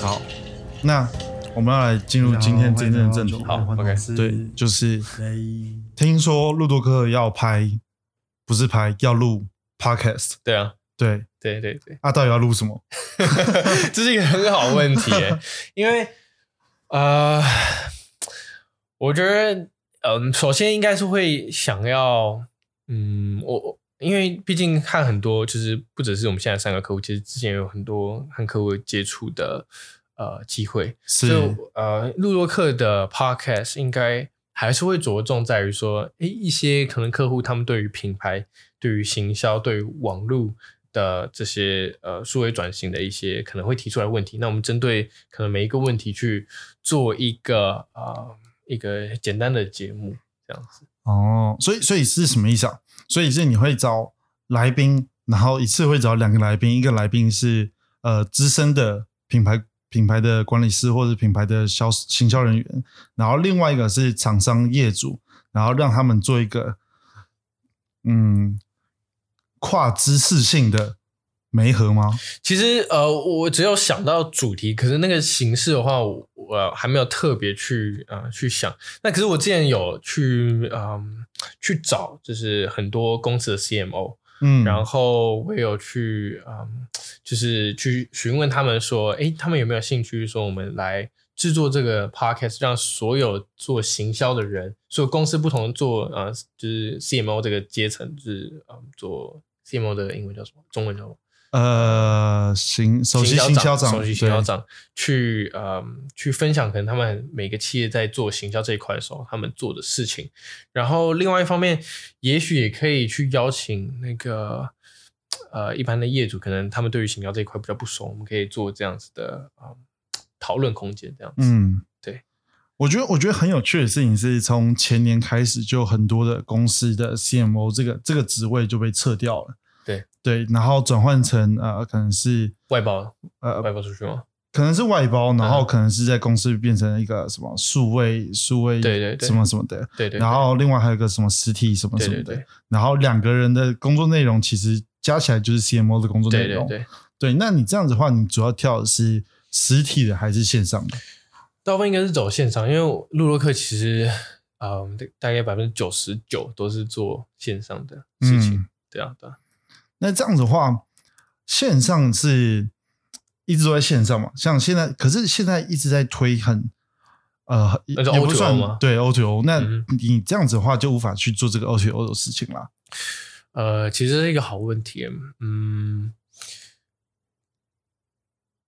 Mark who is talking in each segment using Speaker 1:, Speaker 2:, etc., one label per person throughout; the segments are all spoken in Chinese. Speaker 1: 好，那我们要来进入今天真正的正题。
Speaker 2: 好，OK，
Speaker 1: 对，就是听说路多克要拍，不是拍，要录 podcast。
Speaker 2: 对啊，
Speaker 1: 对，
Speaker 2: 对对 对，
Speaker 1: 啊，到底要录什么？
Speaker 2: 这是一个很好的问题耶，因为呃，我觉得，嗯，首先应该是会想要，嗯，我我因为毕竟看很多，就是不只是我们现在三个客户，其实之前有很多和客户接触的呃机会，所以
Speaker 1: 是
Speaker 2: 呃，路洛克的 podcast 应该还是会着重在于说，诶，一些可能客户他们对于品牌、对于行销、对于网络的这些呃数位转型的一些可能会提出来的问题，那我们针对可能每一个问题去做一个呃一个简单的节目，这样子。
Speaker 1: 哦，所以所以是什么意思啊？所以是你会找来宾，然后一次会找两个来宾，一个来宾是呃资深的品牌品牌的管理师或者品牌的销行销人员，然后另外一个是厂商业主，然后让他们做一个嗯跨知识性的媒合吗？
Speaker 2: 其实呃，我只有想到主题，可是那个形式的话，我我呃还没有特别去呃去想。那可是我之前有去嗯、去找，就是很多公司的 CMO，、
Speaker 1: 嗯，
Speaker 2: 然后我也有去嗯、就是去询问他们说，诶，他们有没有兴趣说我们来制作这个 podcast，让所有做行销的人，所有公司不同做呃就是 CMO 这个阶层，就是嗯、做 CMO 的英文叫什么？中文叫什么？
Speaker 1: 呃，行，首席行销长，
Speaker 2: 首席行销
Speaker 1: 对
Speaker 2: 长去呃去分享，可能他们每个企业在做行销这一块的时候，他们做的事情。然后另外一方面，也许也可以去邀请那个呃一般的业主，可能他们对于行销这一块比较不熟，我们可以做这样子的啊、呃讨论空间，这样子。
Speaker 1: 嗯，
Speaker 2: 对。
Speaker 1: 我觉得，我觉得很有趣的事情是，从前年开始，就很多的公司的 CMO 这个这个职位就被撤掉了。
Speaker 2: 对
Speaker 1: 对，然后转换成呃，可能是
Speaker 2: 外包
Speaker 1: 呃，
Speaker 2: 外包出去吗？
Speaker 1: 可能是外包，然后
Speaker 2: 嗯
Speaker 1: 可能是在公司变成一个什么数位数位
Speaker 2: 对对对
Speaker 1: 什么什么的，
Speaker 2: 对对对
Speaker 1: 然后另外还有个什么实体什么
Speaker 2: 对
Speaker 1: 什么
Speaker 2: 对
Speaker 1: 的，
Speaker 2: 对
Speaker 1: 然后两个人的工作内容其实加起来就是 CMO 的工作内
Speaker 2: 对
Speaker 1: 容。
Speaker 2: 对对。
Speaker 1: 对那你这样子的话，你主要跳的是实体的还是线上的？
Speaker 2: 大部分应该是走线上，因为路洛克其实，嗯，大大概百分之九十九都是做线上的事情。
Speaker 1: 嗯
Speaker 2: 对啊，对啊，
Speaker 1: 那这样子的话，线上是一直都在线上嘛？像现在，可是现在一直在推很呃，也
Speaker 2: 那叫
Speaker 1: 也不
Speaker 2: O2O
Speaker 1: 算
Speaker 2: 吗
Speaker 1: 对 O to O，那
Speaker 2: 嗯
Speaker 1: 你这样子的话就无法去做这个 O to O 的事情啦。
Speaker 2: 呃，其实是一个好问题。嗯，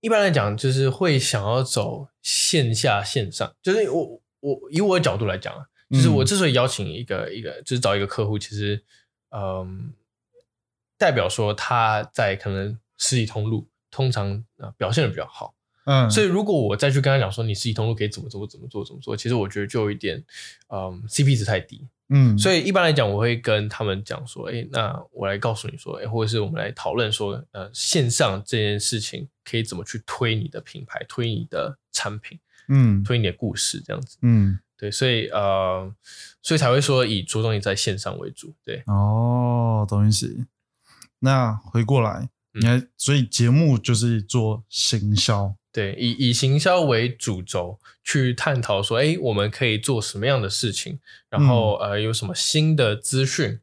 Speaker 2: 一般来讲，就是会想要走线下线上，就是我我以我的角度来讲啊，就是我
Speaker 1: 嗯
Speaker 2: 之所以邀请一个一个，就是找一个客户，其实，嗯，代表说他在可能实体通路通常呃表现的比较好。
Speaker 1: 嗯，
Speaker 2: 所以如果我再去跟他讲说你实体通路可以怎么做怎么做怎么做，其实我觉得就有一点，嗯，CP 值太低。
Speaker 1: 嗯，
Speaker 2: 所以一般来讲，我会跟他们讲说，哎，那我来告诉你说，哎，或者是我们来讨论说，呃，线上这件事情可以怎么去推你的品牌、推你的产品、
Speaker 1: 嗯
Speaker 2: 推你的故事这样子。
Speaker 1: 嗯
Speaker 2: 对，所以呃，所以才会说以着重于在线上为主。对，
Speaker 1: 哦，懂意思。那回过来，
Speaker 2: 嗯
Speaker 1: 你还所以节目就是做行销，
Speaker 2: 对，以以行销为主轴去探讨说，哎，我们可以做什么样的事情，然后、
Speaker 1: 嗯
Speaker 2: 呃，有什么新的资讯，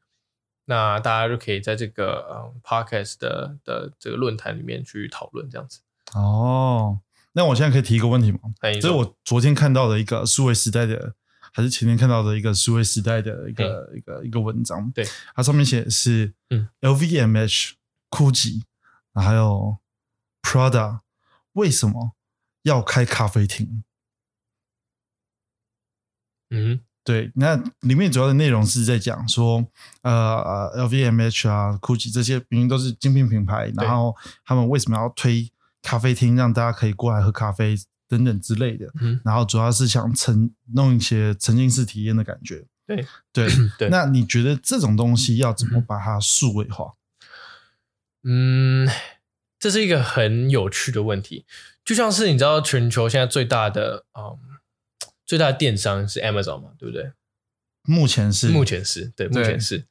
Speaker 2: 那大家就可以在这个呃 podcast 的的这个论坛里面去讨论这样子。
Speaker 1: 哦，那我现在可以提一个问题吗？
Speaker 2: 那你
Speaker 1: 这是
Speaker 2: 说
Speaker 1: 我昨天看到的一个数位时代的，还是前天看到的一个数位时代的一个、一个一个文章。
Speaker 2: 嗯对，
Speaker 1: 它上面写的是，
Speaker 2: 嗯
Speaker 1: ，LVMH、GUCCI，还有 Prada 为什么要开咖啡厅？
Speaker 2: 嗯
Speaker 1: 对，那里面主要的内容是在讲说，呃呃，LVMH 啊、GUCCI 这些明明都是精品品牌，
Speaker 2: 对
Speaker 1: 然后他们为什么要推咖啡厅，让大家可以过来喝咖啡等等之类的。
Speaker 2: 嗯，
Speaker 1: 然后主要是想沉弄一些沉浸式体验的感觉。
Speaker 2: 对
Speaker 1: 对，
Speaker 2: 对，
Speaker 1: 那你觉得这种东西要怎么把它数位化？
Speaker 2: 嗯，这是一个很有趣的问题，就像是你知道全球现在最大的嗯最大的电商是 Amazon 嘛，对不对？
Speaker 1: 目前是
Speaker 2: 目前是对，目
Speaker 1: 对
Speaker 2: 前是。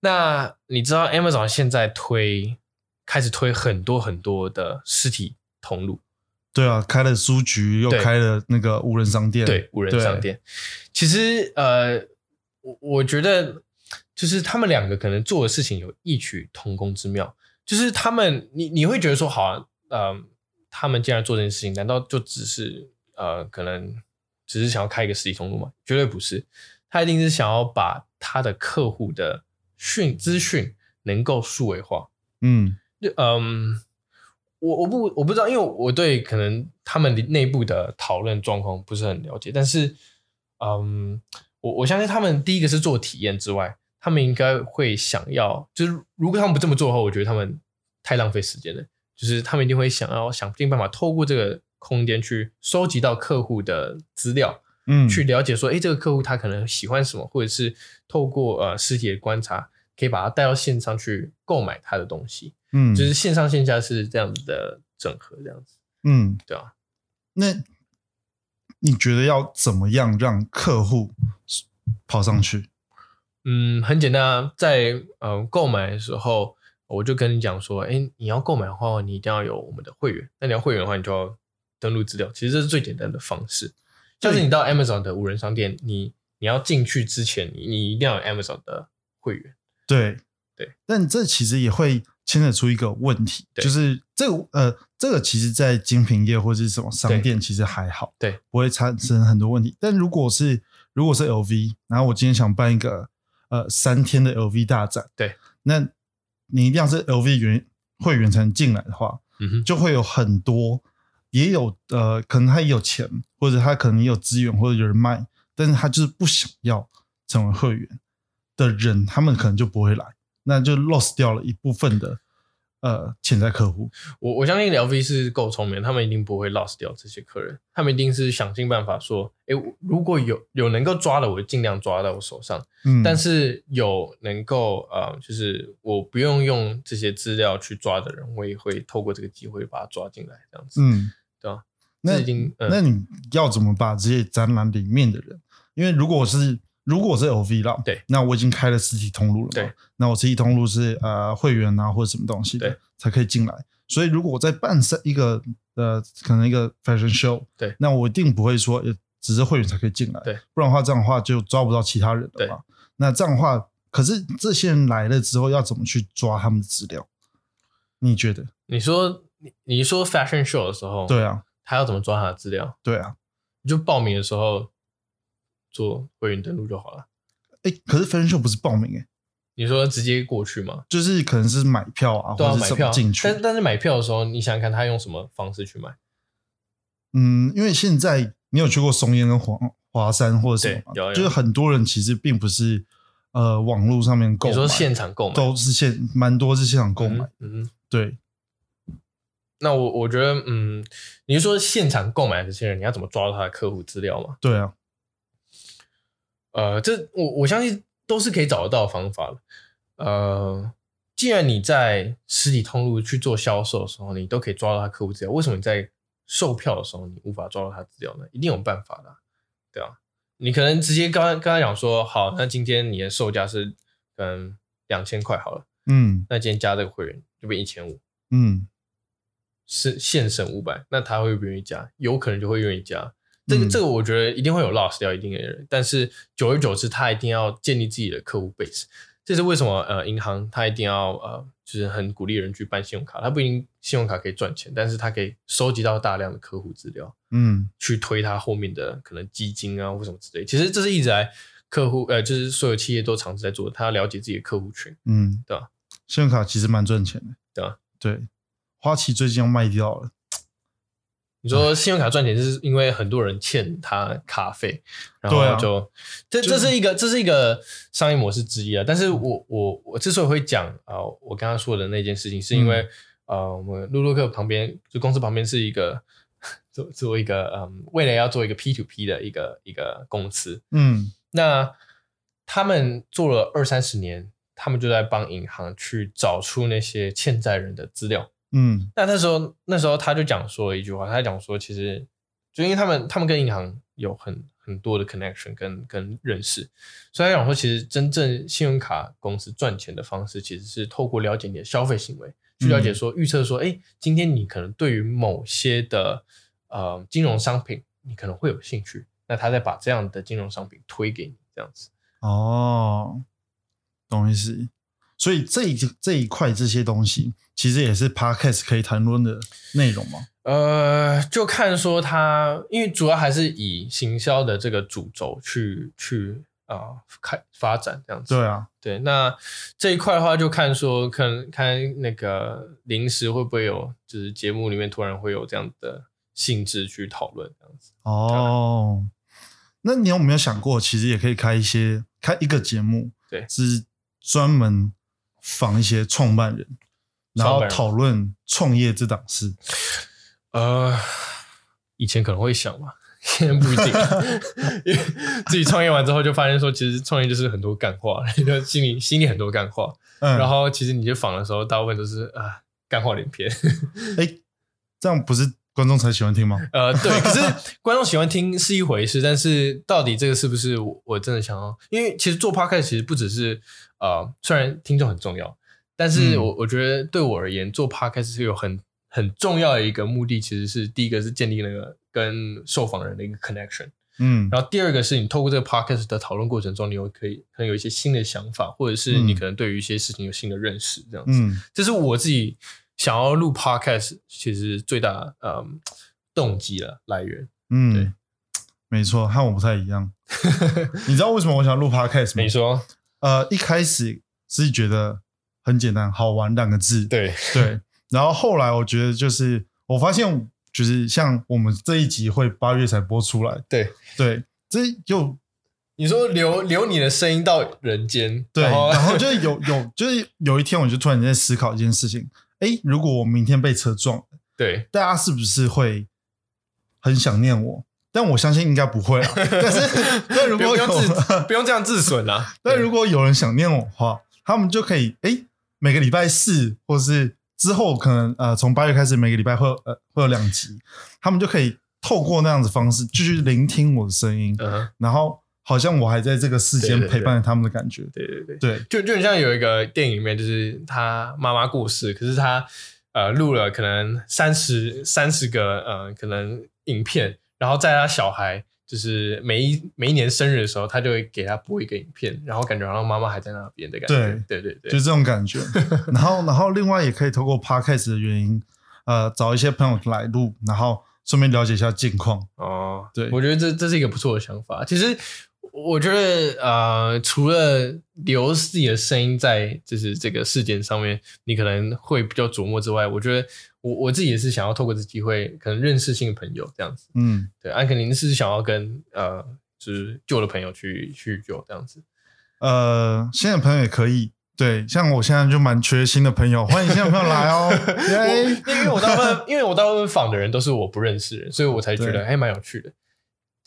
Speaker 2: 那你知道 Amazon 现在推开始推很多很多的实体通路，
Speaker 1: 对啊，开了书局，又
Speaker 2: 对
Speaker 1: 开了那个无人商店，
Speaker 2: 对，无人商店。其实呃，我我觉得就是他们两个可能做的事情有异曲同工之妙，就是他们你你会觉得说，好、啊，呃，他们既然做这件事情，难道就只是呃，可能只是想要开一个实体通路吗？绝对不是，他一定是想要把他的客户的讯资讯能够数位化。
Speaker 1: 嗯
Speaker 2: 就嗯，我我不我不知道，因为我对可能他们内部的讨论状况不是很了解，但是嗯，我我相信他们第一个是做体验之外，他们应该会想要，就是如果他们不这么做的话，我觉得他们太浪费时间了，就是他们一定会想要想尽办法透过这个空间去收集到客户的资料，
Speaker 1: 嗯，
Speaker 2: 去了解说，哎，这个客户他可能喜欢什么，或者是透过呃实体的观察，可以把他带到线上去购买他的东西。
Speaker 1: 嗯
Speaker 2: 就是线上线下是这样子的整合，这样子，
Speaker 1: 嗯，
Speaker 2: 对啊。
Speaker 1: 那你觉得要怎么样让客户跑上去？
Speaker 2: 嗯，很简单啊，在呃购买的时候，我就跟你讲说，哎、你要购买的话，你一定要有我们的会员。那你要会员的话，你就要登录资料。其实这是最简单的方式。像是你到 Amazon 的无人商店，你你要进去之前，你你一定要有 Amazon 的会员。
Speaker 1: 对
Speaker 2: 对，
Speaker 1: 但这其实也会牵扯出一个问题，
Speaker 2: 对
Speaker 1: 就是这个呃，这个其实，在精品业或是什么商店，其实还好，
Speaker 2: 对，
Speaker 1: 不会产生很多问题。但如果是如果是 LV，然后我今天想办一个呃三天的 LV 大展，
Speaker 2: 对，
Speaker 1: 那你一定要是 LV 员会员才能进来的话，
Speaker 2: 嗯哼，
Speaker 1: 就会有很多，也有呃，可能他也有钱，或者他可能也有资源或者有人脉，但是他就是不想要成为会员的人，他们可能就不会来，那就 lost 掉了一部分的呃潜在客户。
Speaker 2: 我我相信 LV 是够聪明的，他们一定不会 lost 掉这些客人，他们一定是想尽办法说，哎、我如果有有能够抓的，我就尽量抓到我手上。
Speaker 1: 嗯，
Speaker 2: 但是有能够呃，就是我不用用这些资料去抓的人，我也会透过这个机会把他抓进来，这样子。
Speaker 1: 嗯，
Speaker 2: 对啊
Speaker 1: 那
Speaker 2: 这已经嗯
Speaker 1: 那你要怎么把这些展览里面的人？因为如果我是如果我是 LV 啦，
Speaker 2: 对，
Speaker 1: 那我已经开了实体通路了嘛，
Speaker 2: 对，
Speaker 1: 那我实体通路是呃会员啊或者什么东西的
Speaker 2: 对
Speaker 1: 才可以进来，所以如果我在办三一个呃可能一个 fashion show，
Speaker 2: 对
Speaker 1: 那我一定不会说呃只是会员才可以进来，
Speaker 2: 对，
Speaker 1: 不然的话这样的话就抓不到其他人了
Speaker 2: 对
Speaker 1: 嘛。那这样的话，可是这些人来了之后要怎么去抓他们的资料？你觉得？
Speaker 2: 你说你你说 fashion show 的时候，
Speaker 1: 对，啊，
Speaker 2: 他要怎么抓他的资料？
Speaker 1: 对啊，
Speaker 2: 你就报名的时候做会员登录就好了。
Speaker 1: 哎，可是 fashion show 不是报名哎、
Speaker 2: 你说直接过去吗？
Speaker 1: 就是可能是买票啊，
Speaker 2: 对啊，
Speaker 1: 或者
Speaker 2: 买
Speaker 1: 是什
Speaker 2: 票
Speaker 1: 么进去。
Speaker 2: 但但是买票的时候，你想想看他用什么方式去买？
Speaker 1: 嗯，因为现在你有去过松烟跟华华山或者什么
Speaker 2: 对有
Speaker 1: 吗？
Speaker 2: 有
Speaker 1: 就是很多人其实并不是呃网络上面购
Speaker 2: 你
Speaker 1: 买，
Speaker 2: 说现场购买
Speaker 1: 都是现蛮多是现场购买。
Speaker 2: 嗯嗯
Speaker 1: 对，
Speaker 2: 那我我觉得，嗯，你是说现场购买的这些人，你要怎么抓到他的客户资料吗？
Speaker 1: 对啊，
Speaker 2: 呃，这我我相信都是可以找得到的方法的。呃，既然你在实体通路去做销售的时候，你都可以抓到他客户资料，为什么你在售票的时候你无法抓到他资料呢？一定有办法的啊、对啊。你可能直接刚刚刚讲说，好，那今天你的售价是嗯两千块好了，
Speaker 1: 嗯
Speaker 2: 那今天加这个会员就变一千五，
Speaker 1: 嗯，
Speaker 2: 是现省五百，那他会不愿意加？有可能就会愿意加。这个、
Speaker 1: 嗯
Speaker 2: 这个，我觉得一定会有 loss 掉一定的人，但是久而久之，他一定要建立自己的客户 base。这是为什么呃，银行它一定要呃，就是很鼓励人去办信用卡。它不一定信用卡可以赚钱，但是它可以收集到大量的客户资料，
Speaker 1: 嗯
Speaker 2: 去推它后面的可能基金啊或什么之类。其实这是一直来客户呃，就是所有企业都尝试在做，它要了解自己的客户群。
Speaker 1: 嗯，
Speaker 2: 对啊。
Speaker 1: 信用卡其实蛮赚钱的。
Speaker 2: 对啊，
Speaker 1: 对，花旗最近要卖掉了。
Speaker 2: 你说信用卡赚钱，是因为很多人欠他卡费，然
Speaker 1: 对啊
Speaker 2: 后就、这
Speaker 1: 就
Speaker 2: 这是一个这是一个商业模式之一啊。但是我我我之所以会讲啊、呃我刚刚说的那件事情，是因为、
Speaker 1: 嗯
Speaker 2: 呃，我们陆洛克旁边就公司旁边是一个做做一个嗯，未来要做一个 P to P 的一个一个公司，
Speaker 1: 嗯
Speaker 2: 那他们做了二三十年，他们就在帮银行去找出那些欠债人的资料。
Speaker 1: 嗯
Speaker 2: 那那时候那时候他就讲说了一句话，他讲说其实就因为他们他们跟银行有很很多的 connection 跟跟认识，所以他讲说其实真正信用卡公司赚钱的方式其实是透过了解你的消费行为，去了解说预测说，哎、今天你可能对于某些的呃金融商品，你可能会有兴趣，那他再把这样的金融商品推给你，这样子。
Speaker 1: 哦，懂意思。所以这一这一块这些东西，其实也是 podcast 可以谈论的内容嘛。
Speaker 2: 呃，就看说他，因为主要还是以行销的这个主轴去去啊、呃开发展这样子。
Speaker 1: 对啊，
Speaker 2: 对，那这一块的话，就看说看看那个临时会不会有，就是节目里面突然会有这样的性质去讨论这样子。
Speaker 1: 哦，那你有没有想过，其实也可以开一些开一个节目，
Speaker 2: 对
Speaker 1: 是专门访一些创办人，然
Speaker 2: 创
Speaker 1: 后
Speaker 2: 办人
Speaker 1: 讨论创业这档事。
Speaker 2: 呃，以前可能会想吧， 现在不一定，因为自己创业完之后就发现说，其实创业就是很多干话， 就心里心里很多干话，
Speaker 1: 嗯，
Speaker 2: 然后其实你去访的时候，大部分都是啊干话连 篇。
Speaker 1: 哎，这样不是观众才喜欢听吗？
Speaker 2: 呃，对，可是观众喜欢听是一回事，但是到底这个是不是我我真的想要？因为其实做 podcast 其实不只是呃，虽然听众很重要，但是
Speaker 1: 嗯
Speaker 2: 我、我觉得对我而言，做 podcast 是有很很重要的一个目的，其实是第一个是建立那个跟受访人的一个 connection，
Speaker 1: 嗯，
Speaker 2: 然后第二个是你透过这个 podcast 的讨论过程中，你有可以可能有一些新的想法，或者是你
Speaker 1: 嗯
Speaker 2: 可能对于一些事情有新的认识，这样子。
Speaker 1: 嗯
Speaker 2: 这是我自己想要录 podcast 其实最大嗯动机了来源。对
Speaker 1: 嗯，没错，和我不太一 样。你知道为什么我想录 podcast 吗？
Speaker 2: 你说
Speaker 1: 呃，一开始是觉得很简单，好玩两个字。
Speaker 2: 对，
Speaker 1: 对，然后后来我觉得就是我发现，就是像我们这一集会八月才播出来，
Speaker 2: 对，
Speaker 1: 对，这就
Speaker 2: 你说留留你的声音到人间，
Speaker 1: 对，
Speaker 2: 然后
Speaker 1: 然后就是有有就是有一天我就突然间在思考一件事情，哎，如果我明天被车撞了，
Speaker 2: 对
Speaker 1: 大家是不是会很想念我？但我相信应该不会啊。但是， 但如
Speaker 2: 不用
Speaker 1: 果
Speaker 2: 不
Speaker 1: 有
Speaker 2: 用自不用这样自损啊 啦。
Speaker 1: 但
Speaker 2: 对
Speaker 1: 如果有人想念我的话，他们就可以哎，诶每个礼拜四或是之后可能呃，从八月开始，每个礼拜会有呃会有两集，他们就可以透过那样子方式继续聆听我的声音，
Speaker 2: 嗯哼，
Speaker 1: 然后好像我还在这个世间
Speaker 2: 对对对
Speaker 1: 陪伴着他们的感觉。
Speaker 2: 对对对，
Speaker 1: 对，
Speaker 2: 就就很像有一个电影里面，就是他妈妈过世，可是他呃录了可能三十三十个呃可能影片，然后在他小孩就是每一每一年生日的时候，他就会给他播一个影片，然后感觉好像妈妈还在那边的感觉。对对对
Speaker 1: 就这种感 觉。然后，然后另外也可以透过 podcast 的原因，呃，找一些朋友来录，然后顺便了解一下近况。
Speaker 2: 哦，
Speaker 1: 对
Speaker 2: 我觉得这这是一个不错的想法。其实我觉得呃，除了留自己的声音在就是这个事件上面，你可能会比较琢磨之外，我觉得我我自己也是想要透过这机会，可能认识新的朋友这样子。
Speaker 1: 嗯，
Speaker 2: 对，安肯林是想要跟呃，就是旧的朋友去去旧这样子。
Speaker 1: 呃，新的朋友也可以。对，像我现在就蛮缺新的朋友，欢迎新的朋友来哦。
Speaker 2: 我
Speaker 1: 耶！
Speaker 2: 因为我大部分因为我大部分访的人都是我不认识的人，所以我才觉
Speaker 1: 对
Speaker 2: 得哎还蛮有趣的。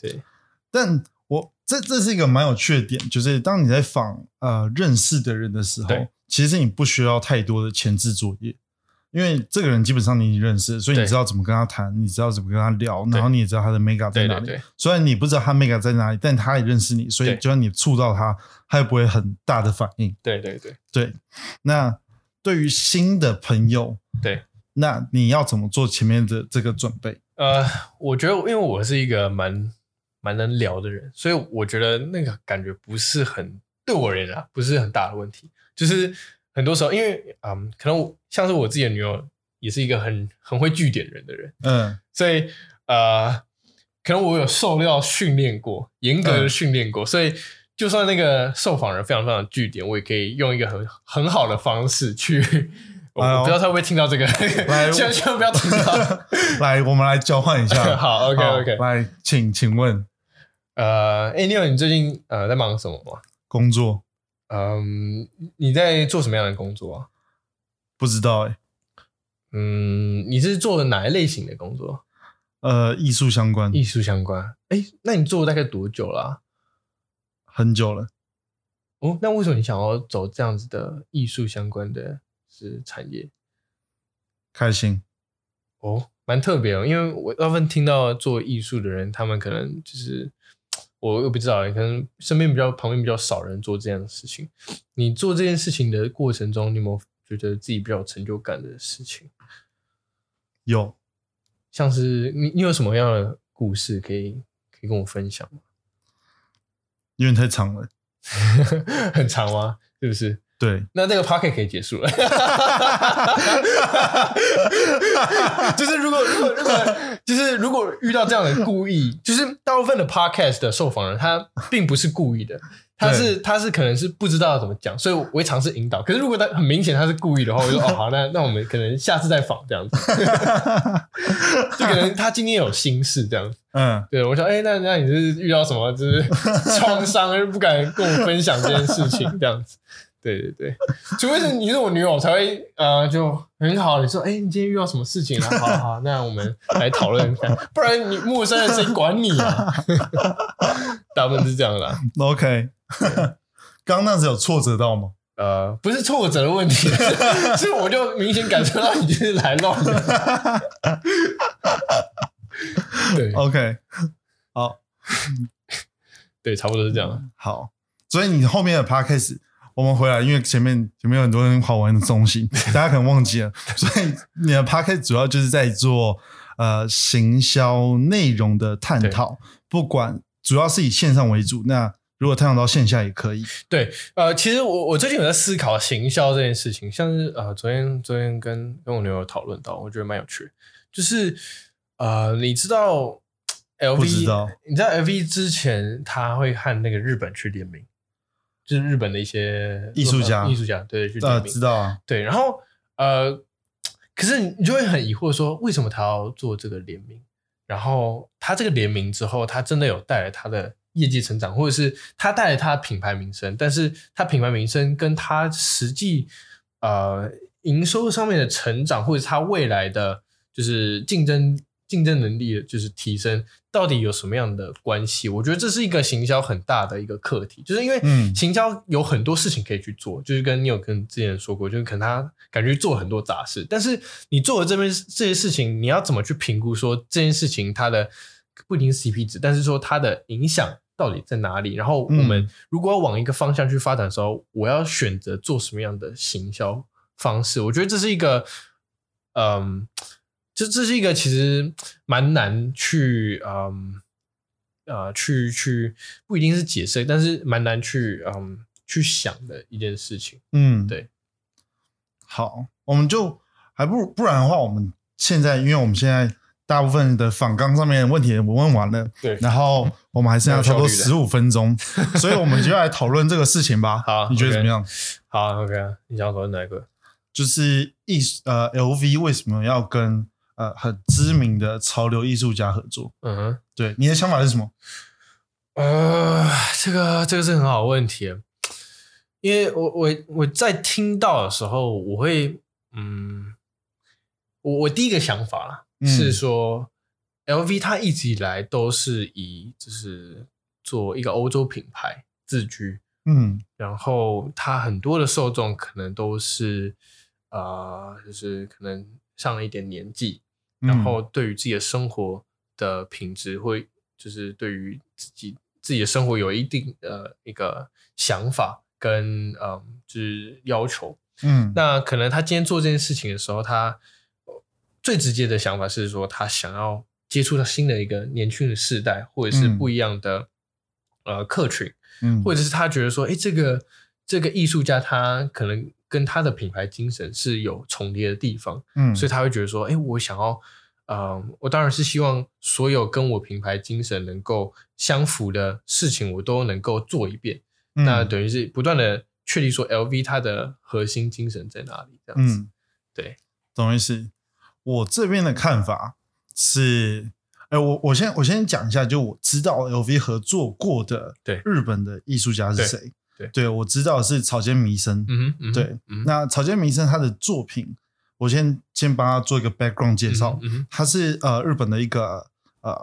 Speaker 2: 对，
Speaker 1: 但我这这是一个蛮有趣的点，就是当你在访呃认识的人的时候
Speaker 2: 对，
Speaker 1: 其实你不需要太多的前置作业，因为这个人基本上你已经认识，所以你
Speaker 2: 对
Speaker 1: 知道怎么跟他谈，你知道怎么跟他聊，
Speaker 2: 对
Speaker 1: 然后你也知道他的 mega 在
Speaker 2: 对
Speaker 1: 哪
Speaker 2: 对
Speaker 1: 里。
Speaker 2: 对，
Speaker 1: 虽然你不知道他 mega 在哪里，但他也认识你，所以
Speaker 2: 对
Speaker 1: 就算你触到他，他也不会很大的反应。
Speaker 2: 对对对。
Speaker 1: 对，那对于新的朋友，
Speaker 2: 对，
Speaker 1: 那你要怎么做前面的这个准备？
Speaker 2: 呃，我觉得因为我是一个蛮蛮能聊的人，所以我觉得那个感觉不是很对我而言啊，不是很大的问题。就是很多时候，因为嗯，可能我像是我自己的女友也是一个很很会据点人的人，
Speaker 1: 嗯
Speaker 2: 所以呃，可能我有受到训练过，严格
Speaker 1: 嗯
Speaker 2: 的训练过，所以就算那个受访人非常非常据点，我也可以用一个很很好的方式去。我
Speaker 1: 哎呦
Speaker 2: 我不知道他会不会听到这个，
Speaker 1: 来
Speaker 2: 千万千万不要 听到。
Speaker 1: 来，我们来交换一下。
Speaker 2: 好，OK
Speaker 1: 好
Speaker 2: OK。
Speaker 1: 来，请请问
Speaker 2: 呃，哎，六，你最近呃在忙什么吗？
Speaker 1: 工作
Speaker 2: 嗯，你在做什么样的工作啊？
Speaker 1: 不知道哎、
Speaker 2: 嗯，你是做哪一类型的工作？
Speaker 1: 呃，艺术相关
Speaker 2: 艺术相关。哎，那你做了大概多久啦、
Speaker 1: 很久了，
Speaker 2: 哦，那为什么你想要走这样子的艺术相关的是产业？
Speaker 1: 开心。
Speaker 2: 哦，蛮特别哦，因为我大部分听到做艺术的人，他们可能就是我又不知道，可能身边比较旁边比较少人做这样的事情。你做这件事情的过程中，你有没有觉得自己比较有成就感的事情？
Speaker 1: 有
Speaker 2: 像是你你有什么样的故事可以可以跟我分享 吗？
Speaker 1: 有点太长了。
Speaker 2: 很长吗？是不是？
Speaker 1: 对，
Speaker 2: 那这个 pocket 可以结束了。 就是如果如果如果就是如果遇到这样的故意，就是大部分的 podcast 的受访人，他并不是故意的，他是他是可能是不知道怎么讲，所以我会尝试引导。可是如果他很明显他是故意的话，我就说哦好，那那我们可能下次再访这样子， 就可能他今天有心事这样子。
Speaker 1: 嗯，
Speaker 2: 对，我想，哎、那那你是遇到什么就是 创伤，而不敢跟我分享这件事情这样子？对对对，除非是你是我女友才会，呃，就很好。你说，哎、你今天遇到什么事情了、啊？好啊好啊，那我们来讨论一下，不然你陌生人谁管你啊？ 大部分是这样啦，
Speaker 1: OK，刚刚那是有挫折到吗？
Speaker 2: 呃，不是挫折的问题， 是是我就明显感受到你就是来乱的。 对
Speaker 1: OK，
Speaker 2: 对，差不多是这样。
Speaker 1: 好，所以你后面的 podcast 我们回来，因为前面前面有很多很好玩的东西，大家可能忘记了，所以你的 podcast 主要就是在做呃行销内容的探讨，不管主要是以线上为主，那如果探讨到线下也可以。
Speaker 2: 对，呃，其实我我最近有在思考行销这件事情，像是呃，昨天昨天跟跟我女友讨论到，我觉得蛮有趣的，就是呃，你知道 LV，
Speaker 1: 不知道
Speaker 2: 你知道 LV 之前他会和那个日本去联名，就是日本的一些
Speaker 1: 艺术家
Speaker 2: 艺术家对去
Speaker 1: 呃，
Speaker 2: 联名
Speaker 1: 知，道啊，
Speaker 2: 对，然后呃，可是你就会很疑惑说，为什么他要做这个联名？然后他这个联名之后，他真的有带来他的业绩成长，或者是他带来他的品牌名声，但是他品牌名声跟他实际呃营收上面的成长，或者他未来的就是竞争竞争能力的就是提升，到底有什么样的关系？我觉得这是一个行销很大的一个课题，就是因为
Speaker 1: 嗯
Speaker 2: 行销有很多事情可以去做，就是跟你有跟之前说过，就是可能他感觉做很多杂事，但是你做的这边这些事情，你要怎么去评估说这件事情它的不一定是 CP 值，但是说它的影响到底在哪里？然后我们
Speaker 1: 嗯
Speaker 2: 如果要往一个方向去发展的时候，我要选择做什么样的行销方式？我觉得这是一个，嗯，这这是一个其实蛮难去，嗯，呃，去去不一定是解释，但是蛮难去，嗯，去想的一件事情。
Speaker 1: 嗯，
Speaker 2: 对。
Speaker 1: 好，我们就还不如不然的话，我们现在因为我们现在大部分的访纲上面的问题也问完了，
Speaker 2: 对
Speaker 1: 然后我们还剩下差不多
Speaker 2: 蛮有
Speaker 1: 十
Speaker 2: 效
Speaker 1: 五分钟，所以我们就来讨论这个事情吧。
Speaker 2: 好
Speaker 1: 你觉得
Speaker 2: OK
Speaker 1: 怎么样？
Speaker 2: 好，OK，啊你想要讨论哪一个？
Speaker 1: 就是艺术呃，LV 为什么要跟呃很知名的潮流艺术家合作？
Speaker 2: 嗯哼。
Speaker 1: 对，你的想法是什么？
Speaker 2: 呃，这个这个是很好的问题，因为我我我在听到的时候，我会嗯，我我第一个想法啦、
Speaker 1: 嗯
Speaker 2: 是说，LV 它一直以来都是以就是做一个欧洲品牌自居，
Speaker 1: 嗯
Speaker 2: 然后它很多的受众可能都是呃，就是可能上了一点年纪，
Speaker 1: 嗯
Speaker 2: 然后对于自己的生活的品质会，就是对于自己自己的生活有一定的一个想法跟嗯，就是要求。
Speaker 1: 嗯，
Speaker 2: 那可能他今天做这件事情的时候，他呃最直接的想法是说，他想要接触到新的一个年轻的世代，或者是
Speaker 1: 嗯
Speaker 2: 不一样的、呃客群。
Speaker 1: 嗯
Speaker 2: 或者是他觉得说，哎、这个这个艺术家他可能跟他的品牌精神是有重叠的地方，
Speaker 1: 嗯，
Speaker 2: 所以他会觉得说，哎、我想要，呃，我当然是希望所有跟我品牌精神能够相符的事情，我都能够做一遍。
Speaker 1: 嗯
Speaker 2: 那等于是不断的确立说，LV 它的核心精神在哪里？这样子，
Speaker 1: 嗯，
Speaker 2: 对，
Speaker 1: 懂意思。我这边的看法是，哎、我我先我先讲一下，就我知道 LV 合作过的
Speaker 2: 对
Speaker 1: 日本的艺术家是
Speaker 2: 对
Speaker 1: 谁？
Speaker 2: 对
Speaker 1: 我知道是草间弥生。
Speaker 2: 嗯哼，嗯哼
Speaker 1: 对，
Speaker 2: 嗯哼，
Speaker 1: 那草间弥生他的作品，我先先帮他做一个 background 介绍。
Speaker 2: 嗯哼，
Speaker 1: 他是呃日本的一个呃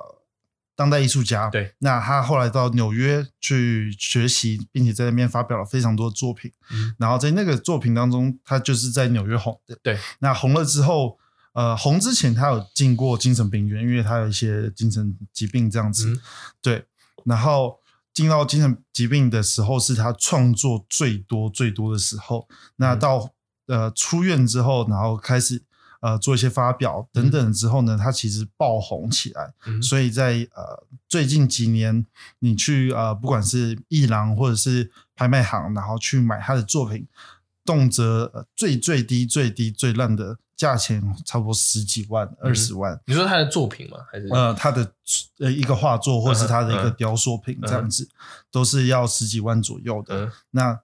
Speaker 1: 当代艺术家，
Speaker 2: 对。
Speaker 1: 那他后来到纽约去学习，并且在那边发表了非常多的作品。
Speaker 2: 嗯
Speaker 1: 然后在那个作品当中，他就是在纽约红的。
Speaker 2: 对，
Speaker 1: 那红了之后，呃，红之前他有进过精神病院，因为他有一些精神疾病这样子。
Speaker 2: 嗯
Speaker 1: 对，然后进到精神疾病的时候，是他创作
Speaker 2: 嗯
Speaker 1: 最多最多的时候。那到、呃出院之后，然后开始呃做一些发表等等之后呢，它其实爆红起来。
Speaker 2: 嗯
Speaker 1: 所以在呃最近几年，你去呃不管是艺廊或者是拍卖行，然后去买他的作品，动辄、呃最最低最低最烂的价钱，差不多十几万、二十万。
Speaker 2: 你说他的作品吗？还是
Speaker 1: 呃，他的呃一个画作，或是他的一
Speaker 2: 嗯
Speaker 1: 个
Speaker 2: 嗯
Speaker 1: 雕塑品，
Speaker 2: 嗯
Speaker 1: 这样子都是要十几万左右的。
Speaker 2: 嗯
Speaker 1: 那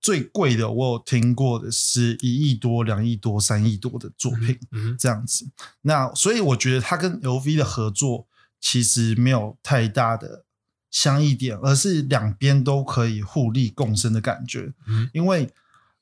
Speaker 1: 最贵的，我有听过的是一亿多、两亿多、三亿多的作品。
Speaker 2: 嗯
Speaker 1: 这样子。那所以我觉得他跟 LV 的合作其实没有太大的相异点，而是两边都可以互利共生的感觉。
Speaker 2: 嗯
Speaker 1: 因为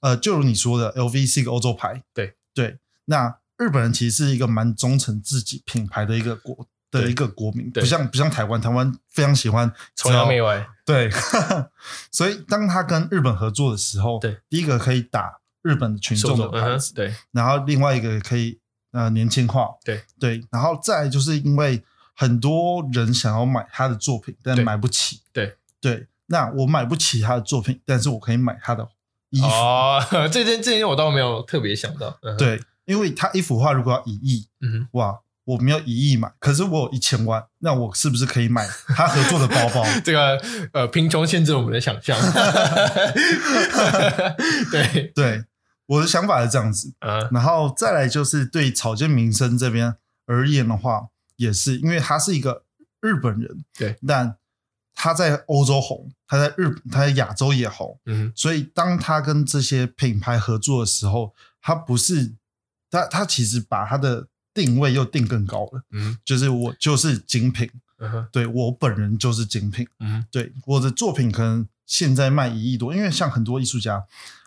Speaker 1: 呃，就如你说的，LV 是一个欧洲牌，
Speaker 2: 对
Speaker 1: 对。那日本人其实是一个蛮忠诚自己品牌的一个国。的
Speaker 2: 对
Speaker 1: 一个国民，
Speaker 2: 对
Speaker 1: 不像不像台湾，台湾非常喜欢
Speaker 2: 崇洋
Speaker 1: 只要
Speaker 2: 媚外，
Speaker 1: 对， 所以当他跟日本合作的时候，
Speaker 2: 对，
Speaker 1: 第一个可以打日本的群
Speaker 2: 受
Speaker 1: 众的
Speaker 2: 众嗯
Speaker 1: 牌
Speaker 2: 哼
Speaker 1: 子，
Speaker 2: 对
Speaker 1: 然后另外一个也可以呃年轻化，
Speaker 2: 对
Speaker 1: 对，然后再来就是因为很多人想要买他的作品，但
Speaker 2: 对
Speaker 1: 买不起，
Speaker 2: 对
Speaker 1: 对，那我买不起他的作品，但是我可以买他的衣服，
Speaker 2: 哦， 这件这件我倒没有特别想到，嗯哼，
Speaker 1: 对，因为他一幅画如果要一亿，
Speaker 2: 嗯哼，
Speaker 1: 哇，我没有一亿买，可是我有一千万，那我是不是可以买他合作的包 包？
Speaker 2: 这个呃，贫穷限制我们的想象，对，
Speaker 1: 对，我的想法是这样子，
Speaker 2: 啊，
Speaker 1: 然后再来就是对草间弥生这边而言的话，也是因为他是一个日本人，
Speaker 2: 对，
Speaker 1: 但他在欧洲红，他在日他在亚洲也红，
Speaker 2: 嗯
Speaker 1: 所以当他跟这些品牌合作的时候，他不是他他其实把他的定位又定更高了，
Speaker 2: 嗯
Speaker 1: 就是我就是精品，
Speaker 2: 嗯哼
Speaker 1: 对我本人就是精品，
Speaker 2: 嗯
Speaker 1: 对我的作品可能现在卖一亿多，因为像很多艺术家，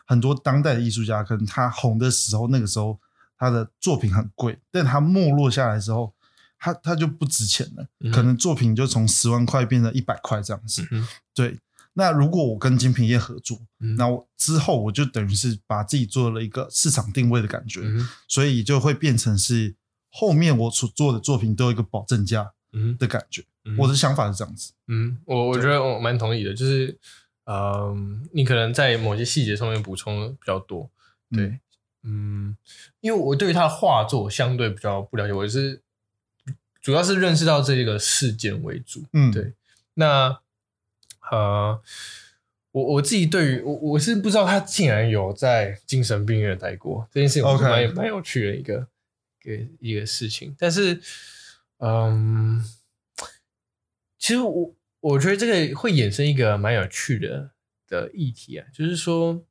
Speaker 1: 很多当代的艺术家，可能他红的时候，那个时候他的作品很贵，但他没落下来之后，他他就不值钱了，
Speaker 2: 嗯哼，
Speaker 1: 可能作品就从十万块变成一百块这样子。
Speaker 2: 嗯
Speaker 1: 对，那如果我跟精品业合作，
Speaker 2: 嗯
Speaker 1: 那我之后我就等于是把自己做了一个市场定位的感觉，
Speaker 2: 嗯哼
Speaker 1: 所以就会变成是后面我所做的作品都有一个保证价
Speaker 2: 嗯
Speaker 1: 的感觉。
Speaker 2: 哼，
Speaker 1: 我的想法是这样子，
Speaker 2: 嗯，我我觉得我蛮同意的，就是，嗯，你可能在某些细节上面补充得比较多，对
Speaker 1: 嗯
Speaker 2: 嗯，因为我对于他的画作相对比较不了解，我是主要是认识到这个事件为主。
Speaker 1: 嗯，
Speaker 2: 对那呃，我我自己对于我我是不知道他竟然有在精神病院待过这件事情，我觉得
Speaker 1: OK
Speaker 2: 蛮有蛮有趣的一个一个一个事情。但是，嗯，其实我我觉得这个会衍生一个蛮有趣的的议题啊，就是说，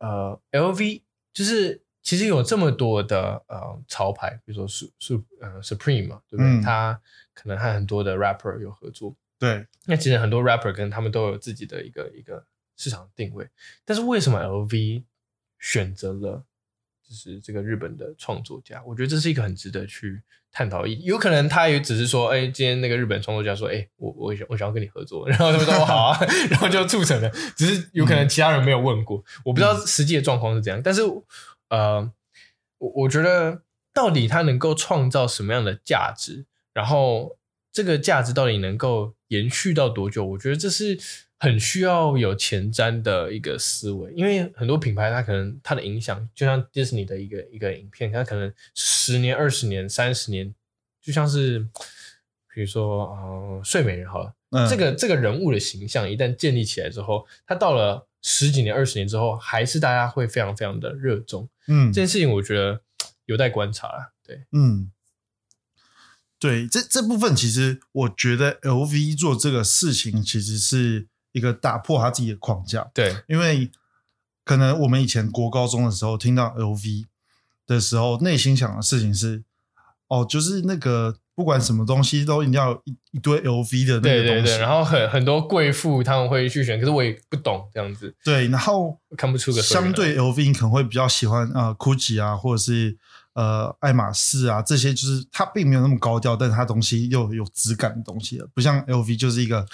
Speaker 2: 呃，LV 就是其实有这么多的呃潮牌，比如说 Su Su 呃 Supreme 嘛，对不对？
Speaker 1: 嗯
Speaker 2: 它可能和很多的 rapper 有合作，
Speaker 1: 对，
Speaker 2: 那其实很多 rapper 跟他们都有自己的一个一个市场定位，但是为什么 LV 选择了就是这个日本的创作家？我觉得这是一个很值得去探讨的议题。有可能他也只是说，哎、今天那个日本创作家说，哎、我我想我想要跟你合作，然后他们说哦好啊， 然后就促成了。只是有可能其他人没有问过，我不知道实际的状况是怎样，但是呃，我我觉得到底它能够创造什么样的价值，然后这个价值到底能够延续到多久？我觉得这是很需要有前瞻的一个思维，因为很多品牌它可能它的影响，就像 Disney 的一个一个影片，它可能十年、二十年、三十年，就像是比如说呃睡美人好了，
Speaker 1: 嗯
Speaker 2: 这个这个人物的形象一旦建立起来之后，他到了十几年、二十年之后，还是大家会非常非常的热衷。
Speaker 1: 嗯
Speaker 2: 这件事情我觉得有待观察啦。对，
Speaker 1: 嗯，对，这这部分其实我觉得 LV 做这个事情其实是一个打破他自己的框架，
Speaker 2: 对，
Speaker 1: 因为可能我们以前国高中的时候听到 LV 的时候，内心想的事情是，哦，就是那个不管什么东西都一定要有一一堆 LV 的那
Speaker 2: 对
Speaker 1: 个东
Speaker 2: 对
Speaker 1: 西，
Speaker 2: 对。然后很很多贵妇他们会去选，可是我也不懂这样子，
Speaker 1: 对然后
Speaker 2: 看不出个所以
Speaker 1: 相
Speaker 2: 然
Speaker 1: 对 LV 你可能会比较喜欢呃 GUCCI 啊，或者是呃爱马仕啊，这些就是它并没有那么高调，但是它东西又有质感的东西了，不像 LV 就是一个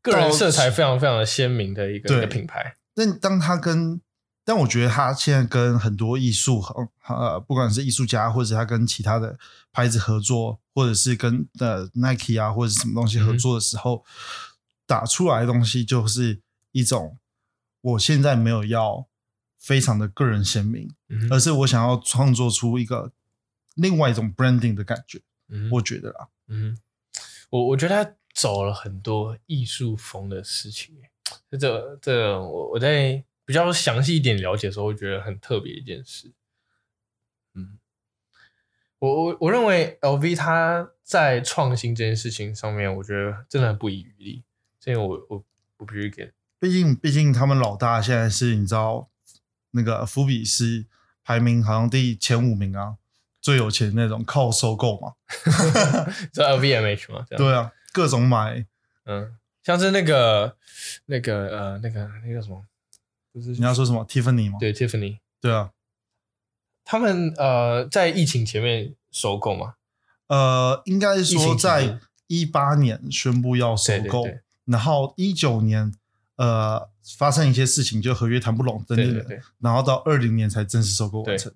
Speaker 2: 个人色彩
Speaker 1: 高。
Speaker 2: 非常非常的鲜明的一个
Speaker 1: 对
Speaker 2: 一个品牌。
Speaker 1: 但当它跟但我觉得它现在跟很多艺术行呃，不管是艺术家或者它跟其他的牌子合作，或者是跟呃 Nike 啊或者是什么东西合作的时候，打出来的东西就是一种我现在没有要非常的个人鲜明，
Speaker 2: 嗯
Speaker 1: 而
Speaker 2: 哼
Speaker 1: 是我想要创作出一个另外一种 branding 的感觉，
Speaker 2: 嗯哼
Speaker 1: 我觉得啦，
Speaker 2: 嗯，我我觉得他走了很多艺术风的事情欸，这这这我我在比较详细一点了解的时候，我觉得很特别一件事。嗯，我我我认为 LV 他在创新这件事情上面，我觉得真的很不遗余力，这个我我我必须给。
Speaker 1: 毕竟毕竟他们老大现在是你知道那个福比斯排名好像第前五名啊，最有钱的那种靠收购嘛，
Speaker 2: 这 LVMH 嘛，这样
Speaker 1: 对啊，各种买，
Speaker 2: 嗯，像是那个那个呃那个那个叫什么，不是
Speaker 1: 你要说什么 Tiffany 吗？
Speaker 2: 对 Tiffany，
Speaker 1: 对啊，
Speaker 2: 他们呃在疫情前面收购嘛，
Speaker 1: 呃，应该
Speaker 2: 疫情
Speaker 1: 说
Speaker 2: 期
Speaker 1: 在
Speaker 2: 间
Speaker 1: 一八年宣布要收
Speaker 2: 对对
Speaker 1: 购，
Speaker 2: 对
Speaker 1: 然后一九年呃发生一些事情，就合约谈不拢等
Speaker 2: 对
Speaker 1: 等
Speaker 2: 对
Speaker 1: 的，
Speaker 2: 对。
Speaker 1: 然后到二零年才正式收购
Speaker 2: 对
Speaker 1: 完成。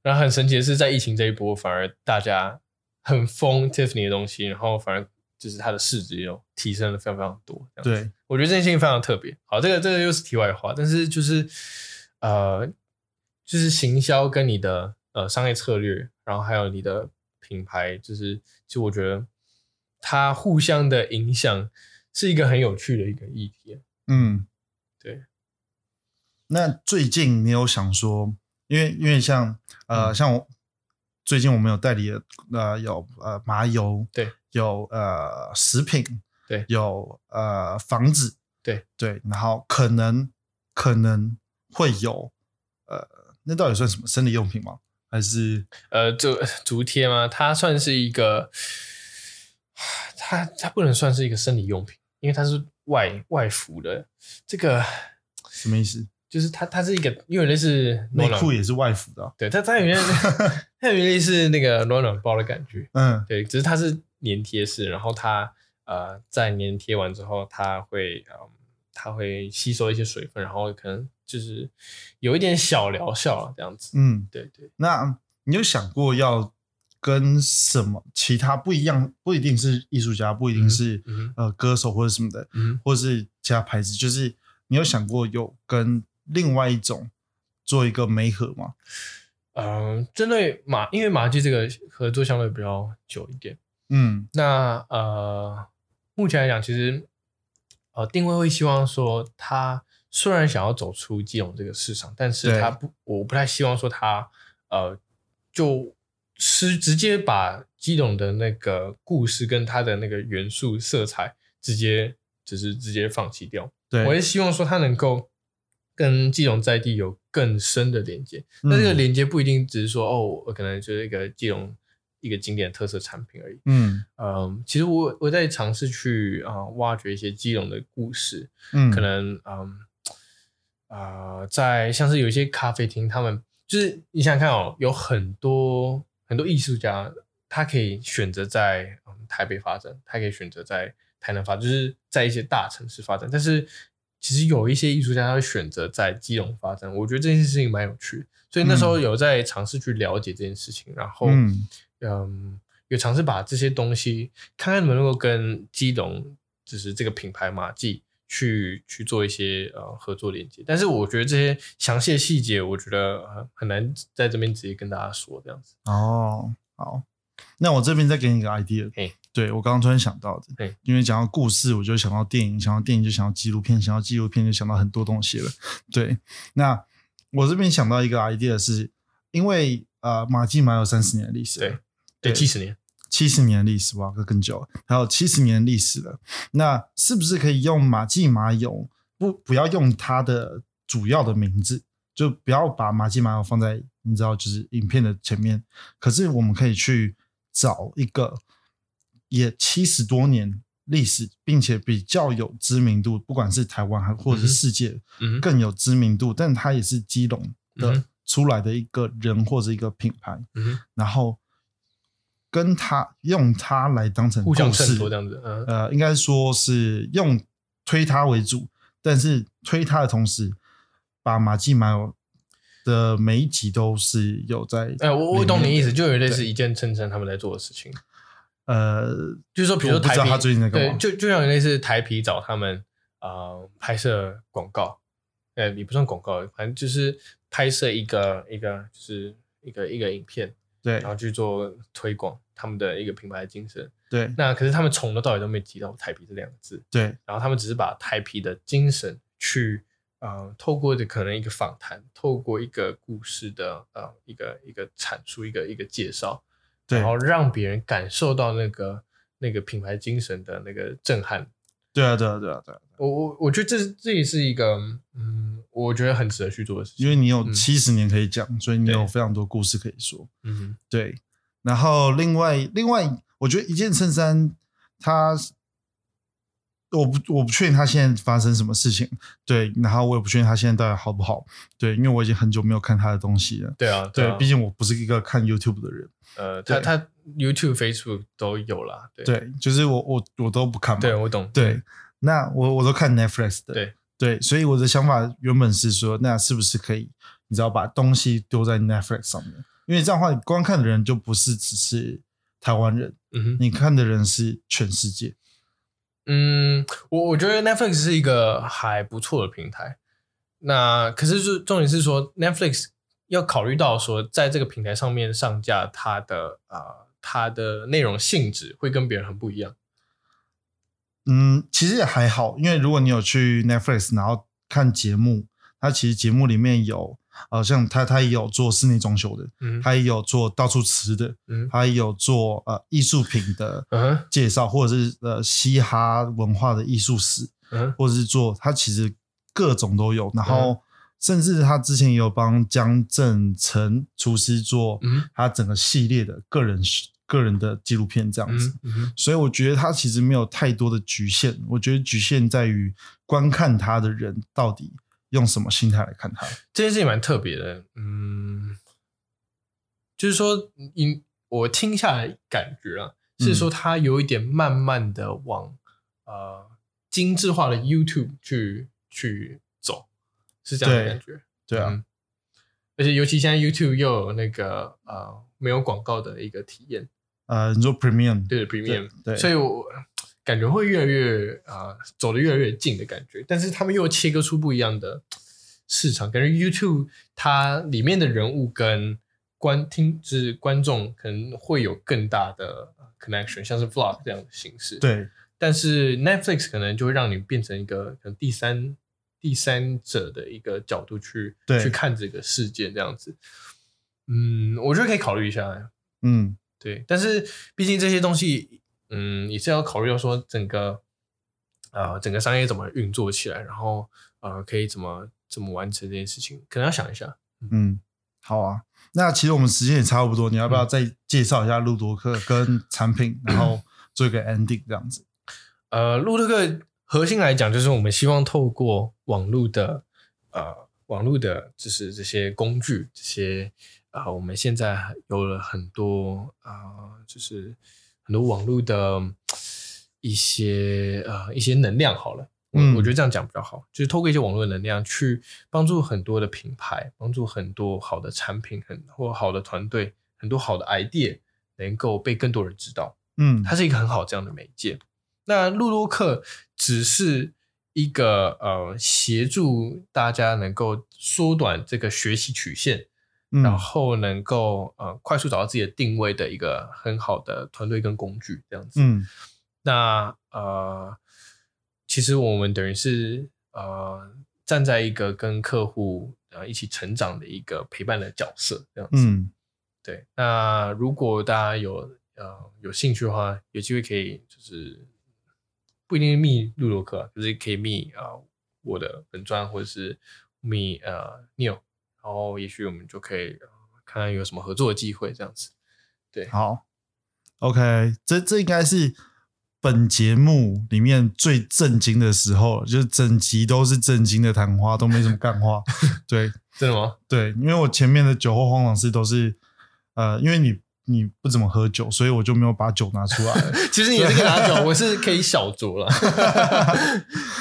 Speaker 2: 然后很神奇的是，在疫情这一波，反而大家很疯 Tiffany 的东西，然后反而就是它的市值又提升了非常非常多。这样
Speaker 1: 对，
Speaker 2: 我觉得这件事情非常特别。好，这个这个又是题外话，但是就是呃，就是行销跟你的呃商业策略，然后还有你的品牌，就是就我觉得它互相的影响是一个很有趣的一个议题。
Speaker 1: 嗯，
Speaker 2: 对。
Speaker 1: 那最近你有想说，因为因为像呃、
Speaker 2: 嗯
Speaker 1: 像我最近我们有代理的呃有呃麻油，
Speaker 2: 对，
Speaker 1: 有呃食品，
Speaker 2: 对
Speaker 1: 有呃房子，
Speaker 2: 对
Speaker 1: 对，然后可能可能会有呃那到底算什么生理用品吗？还是
Speaker 2: 呃，这足贴吗？它算是一个，它它不能算是一个生理用品，因为它是外外服的。这个
Speaker 1: 什么意思？
Speaker 2: 就是它，它是一个有点类似
Speaker 1: 内
Speaker 2: 暖暖
Speaker 1: 裤，也是外服的啊、
Speaker 2: 对，它它有点它有点类似那个暖暖包的感觉，
Speaker 1: 嗯，
Speaker 2: 对，只是它是粘贴式，然后它呃在粘贴完之后，它会嗯它会吸收一些水分，然后可能就是有一点小疗效啊，这样子。
Speaker 1: 嗯，
Speaker 2: 对对，
Speaker 1: 那你有想过要跟什么其他不一样？不一定是艺术家，不一定是、
Speaker 2: 嗯
Speaker 1: 呃歌手或者什么的，
Speaker 2: 嗯
Speaker 1: 或是其他牌子，就是你有想过有跟另外一种做一个媒合吗？
Speaker 2: 嗯，针对马，因为马记这个合作相对比较久一点。
Speaker 1: 嗯
Speaker 2: 那呃，目前来讲，其实呃，定位会希望说，他虽然想要走出基隆这个市场，但是
Speaker 1: 对
Speaker 2: 他不，我不太希望说他呃，就是直接把基隆的那个故事跟它的那个元素色彩直接就是直接放弃掉。我
Speaker 1: 对嗯
Speaker 2: 也，希望说它能够跟基隆在地有更深的连接。那这个
Speaker 1: 嗯
Speaker 2: 连接不一定只是说哦，我可能就是一个基隆一个经典特色产品而已。
Speaker 1: 嗯
Speaker 2: 嗯，其实我我在尝试去啊、呃挖掘一些基隆的故事，
Speaker 1: 嗯，
Speaker 2: 可能嗯啊、呃在像是有一些咖啡厅，他们就是你想想看哦，有很多很多艺术家，他可以选择在、嗯、台北发展，他可以选择在台南发展，就是在一些大城市发展。但是其实有一些艺术家，他会选择在基隆发展，我觉得这件事情蛮有趣的。所以那时候有在尝试去了解这件事情，然后
Speaker 1: 嗯
Speaker 2: 嗯，有尝试把这些东西看看能不能够跟基隆，就是这个品牌马记去去做一些呃合作连接。但是我觉得这些详细的细节，我觉得呃很难在这边直接跟大家说这样子。
Speaker 1: 哦，好，那我这边再给你一个 idea
Speaker 2: 嘿。
Speaker 1: 对，我刚刚突然想到的
Speaker 2: 嘿，
Speaker 1: 因为讲到故事，我就想到电影，想到电影就想到纪录片，想到纪录片就想到很多东西了。对，那我这边想到一个 idea 是，因为呃，马记马有三十年的历史了，
Speaker 2: 对对，七十年，
Speaker 1: 七十年历史，哇，更久了，还有七十年历史了。那是不是可以用马记马友？不，不要用它的主要的名字，就不要把马记马友放在你知道，就是影片的前面。可是我们可以去找一个也七十多年历史，并且比较有知名度，不管是台湾还或者
Speaker 2: 嗯
Speaker 1: 是
Speaker 2: 哼
Speaker 1: 世界、
Speaker 2: 嗯哼，
Speaker 1: 更有知名度，但它也是基隆的、
Speaker 2: 嗯哼
Speaker 1: 出来的一个人或者一个品牌。
Speaker 2: 嗯
Speaker 1: 然后跟他用它来当成
Speaker 2: 哼，互相
Speaker 1: 故
Speaker 2: 衬
Speaker 1: 事，
Speaker 2: 托这样子，嗯
Speaker 1: 呃，应该说是用推它为主，但是推它的同时，把马季马友的每一集都是有在
Speaker 2: 哎，我我懂
Speaker 1: 里面
Speaker 2: 你意思，就有类似
Speaker 1: 对
Speaker 2: 一件衬衫他们在做的事情，
Speaker 1: 呃，
Speaker 2: 就是说，比如说
Speaker 1: 我不
Speaker 2: 台
Speaker 1: 知道
Speaker 2: 皮，
Speaker 1: 他最近在干
Speaker 2: 对，
Speaker 1: 嘛
Speaker 2: 就就像类似台皮找他们啊、呃、拍摄广告，呃，也不算广告，反正就是拍摄一个一个就是一个一个影片，
Speaker 1: 对
Speaker 2: 然后去做推广他们的一个品牌精神。
Speaker 1: 对
Speaker 2: 那可是他们从头到尾都没有提到台啤这两个字，
Speaker 1: 对
Speaker 2: 然后他们只是把台啤的精神去呃，透过的可能一个访谈，透过一个故事的呃一个一个阐述，一个一个介绍，
Speaker 1: 对
Speaker 2: 然后让别人感受到那个那个品牌精神的那个震撼。
Speaker 1: 对啊对啊对啊对啊，
Speaker 2: 我我我觉得这是这也是一个嗯，我觉得很值得去做的事情。
Speaker 1: 因为你有
Speaker 2: 嗯
Speaker 1: 七十年可以讲，所以你
Speaker 2: 对
Speaker 1: 有非常多故事可以说。
Speaker 2: 嗯
Speaker 1: 对，然后另外另外，我觉得一件衬衫，它我不我不确定它现在发生什么事情，对，然后我也不确定它现在到底好不好，对，因为我已经很久没有看他的东西了
Speaker 2: 哼，。对啊，
Speaker 1: 对
Speaker 2: 啊，
Speaker 1: 毕竟我不是一个看 YouTube 的人，
Speaker 2: 呃，他
Speaker 1: 对
Speaker 2: 他 YouTube、Facebook 都有啦。对
Speaker 1: 对，就是我我我都不看嘛，
Speaker 2: 对，我懂。
Speaker 1: 对，那我我都看 Netflix 的，
Speaker 2: 对
Speaker 1: 对，所以我的想法原本是说，那是不是可以，你知道把东西丢在 Netflix 上面？因为这样的话，你观看的人就不是只是台湾人，
Speaker 2: 嗯哼。
Speaker 1: 你看的人是全世界。
Speaker 2: 嗯，我我觉得 Netflix 是一个还不错的平台。那可是就重点是说，Netflix 要考虑到说，在这个平台上面上架它的呃它的内容性质会跟别人很不一样。
Speaker 1: 嗯，其实也还好，因为如果你有去 Netflix 然后看节目，它其实节目里面有，呃，像它它也有做室内装修的，
Speaker 2: 嗯
Speaker 1: 它也有做到处吃的，
Speaker 2: 嗯
Speaker 1: 它也有做呃艺术品的
Speaker 2: 嗯哼
Speaker 1: 介绍，或者是呃嘻哈文化的艺术史，
Speaker 2: 嗯哼
Speaker 1: 或者是做他其实各种都有，然
Speaker 2: 嗯
Speaker 1: 后甚至他之前也有帮江正成厨师做
Speaker 2: 嗯
Speaker 1: 他整个系列的个人个人的纪录片这样子，
Speaker 2: 嗯嗯哼
Speaker 1: 所以我觉得他其实没有太多的局限，我觉得局限在于观看他的人到底用什么心态来看他。
Speaker 2: 这件事情蛮特别的。嗯，就是说，你我听下来感觉啊，是
Speaker 1: 嗯
Speaker 2: 说它有一点慢慢的往、呃精致化的 YouTube 去去走，是这样的
Speaker 1: 对
Speaker 2: 感觉。
Speaker 1: 对啊，
Speaker 2: 嗯而且尤其现在 YouTube 又有那个呃没有广告的一个体验，
Speaker 1: 呃，你说 Premium，
Speaker 2: 对 Premium，
Speaker 1: 对，
Speaker 2: 所以我感觉会越来越啊、呃走的越来越近的感觉，但是他们又切割出不一样的市场，感觉 YouTube 它里面的人物跟观听就是观众可能会有更大的呃 connection，像是 vlog 这样的形式。，
Speaker 1: 对
Speaker 2: 但是 Netflix 可能就会让你变成一个可能第三第三者的一个角度去
Speaker 1: 对
Speaker 2: 去看这个世界这样子。嗯，我觉得可以考虑一下、
Speaker 1: 嗯，
Speaker 2: 对，但是毕竟这些东西，嗯，也是要考虑到说整个，呃，整个商业怎么运作起来，然后呃，可以怎么怎么完成这件事情，可能要想一下。
Speaker 1: 嗯，好啊。那其实我们时间也差不多，你要不要
Speaker 2: 嗯
Speaker 1: 再介绍一下路多克跟产品，然 后做一个 ending 这样子？
Speaker 2: 呃，路特克核心来讲，就是我们希望透过网络的呃网络的，就是这些工具，这些啊、呃我们现在有了很多啊、呃就是很多网络的一些呃一些能量好了。我
Speaker 1: 嗯
Speaker 2: 我觉得这样讲比较好，就是透过一些网络的能量去帮助很多的品牌，帮助很多好的产品，很或好的团队，很多好的 idea 能够被更多人知道。
Speaker 1: 嗯，
Speaker 2: 它是一个很好这样的媒介。那路多克只是一个呃，协助大家能够缩短这个学习曲线，
Speaker 1: 嗯
Speaker 2: 然后能够呃快速找到自己的定位的一个很好的团队跟工具，这样子。
Speaker 1: 嗯
Speaker 2: 那呃，其实我们等于是呃站在一个跟客户呃一起成长的一个陪伴的角色，这样子。
Speaker 1: 嗯，
Speaker 2: 对，那如果大家有呃有兴趣的话，有机会可以就是不一定是密路罗克啊，就是可以密啊、呃我的本专或者是密呃 Neil，然后也许我们就可以、呃看看有什么合作的机会这样子。
Speaker 1: 好，OK，这这应该是本节目里面最震惊的时候了，就是整集都是震惊的谈话，都没什么干话。对
Speaker 2: 真的吗？
Speaker 1: 对，因为我前面的酒后荒唐事都是，呃，因为你你不怎么喝酒，所以我就没有把酒拿出来。
Speaker 2: 其实你也是可以拿酒，我是可以小酌了。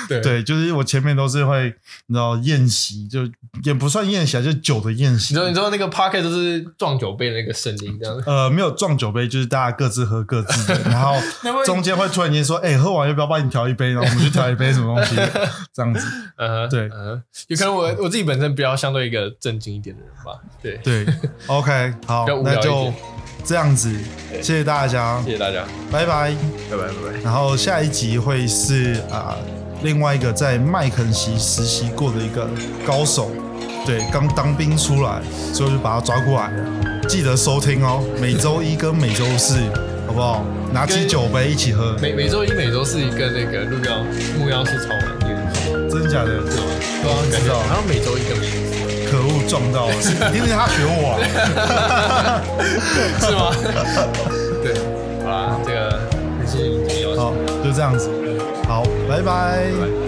Speaker 2: 对
Speaker 1: 对，就是我前面都是会，你知道宴席，就也不算宴席啊，就酒的宴
Speaker 2: 你
Speaker 1: 席
Speaker 2: 知。道，你知道那个 pocket 就是撞酒杯的那个声音，这样
Speaker 1: 呃，没有撞酒杯，就是大家各自喝各自的，然后
Speaker 2: 那会
Speaker 1: 中间会突然间说：“哎、喝完要不要帮你调一杯？”然后我们去调一杯什么东 西，这样子。
Speaker 2: 呃，
Speaker 1: 对
Speaker 2: 呃，有可能我我自己本身比较相对一个正经一点的人吧。对，
Speaker 1: 对，OK，好
Speaker 2: 比较，无
Speaker 1: 那
Speaker 2: 聊一
Speaker 1: 就
Speaker 2: 点
Speaker 1: 这样子，谢谢大家，
Speaker 2: 谢谢大家，
Speaker 1: 拜拜。
Speaker 2: 拜拜拜拜。
Speaker 1: 然后下一集会是啊、另外一个在麦肯锡实习过的一个高手，对，刚当兵出来，所以我就把他抓过来了。记得收听哦，每周一跟每周四，好不好？拿起
Speaker 2: 跟
Speaker 1: 酒杯一起喝，
Speaker 2: 每每周一、每周四跟那个路标木曜是超满意的，
Speaker 1: 真的假的？
Speaker 2: 对吗？对啊，感
Speaker 1: 知
Speaker 2: 觉
Speaker 1: 道
Speaker 2: 好像每 周一跟每周四，
Speaker 1: 可恶，撞到了！你以为他学我、啊？
Speaker 2: 是吗？ 对，好啦，这个很谢谢你今天邀请
Speaker 1: 哦好，就这样子，好，拜拜
Speaker 2: 我来。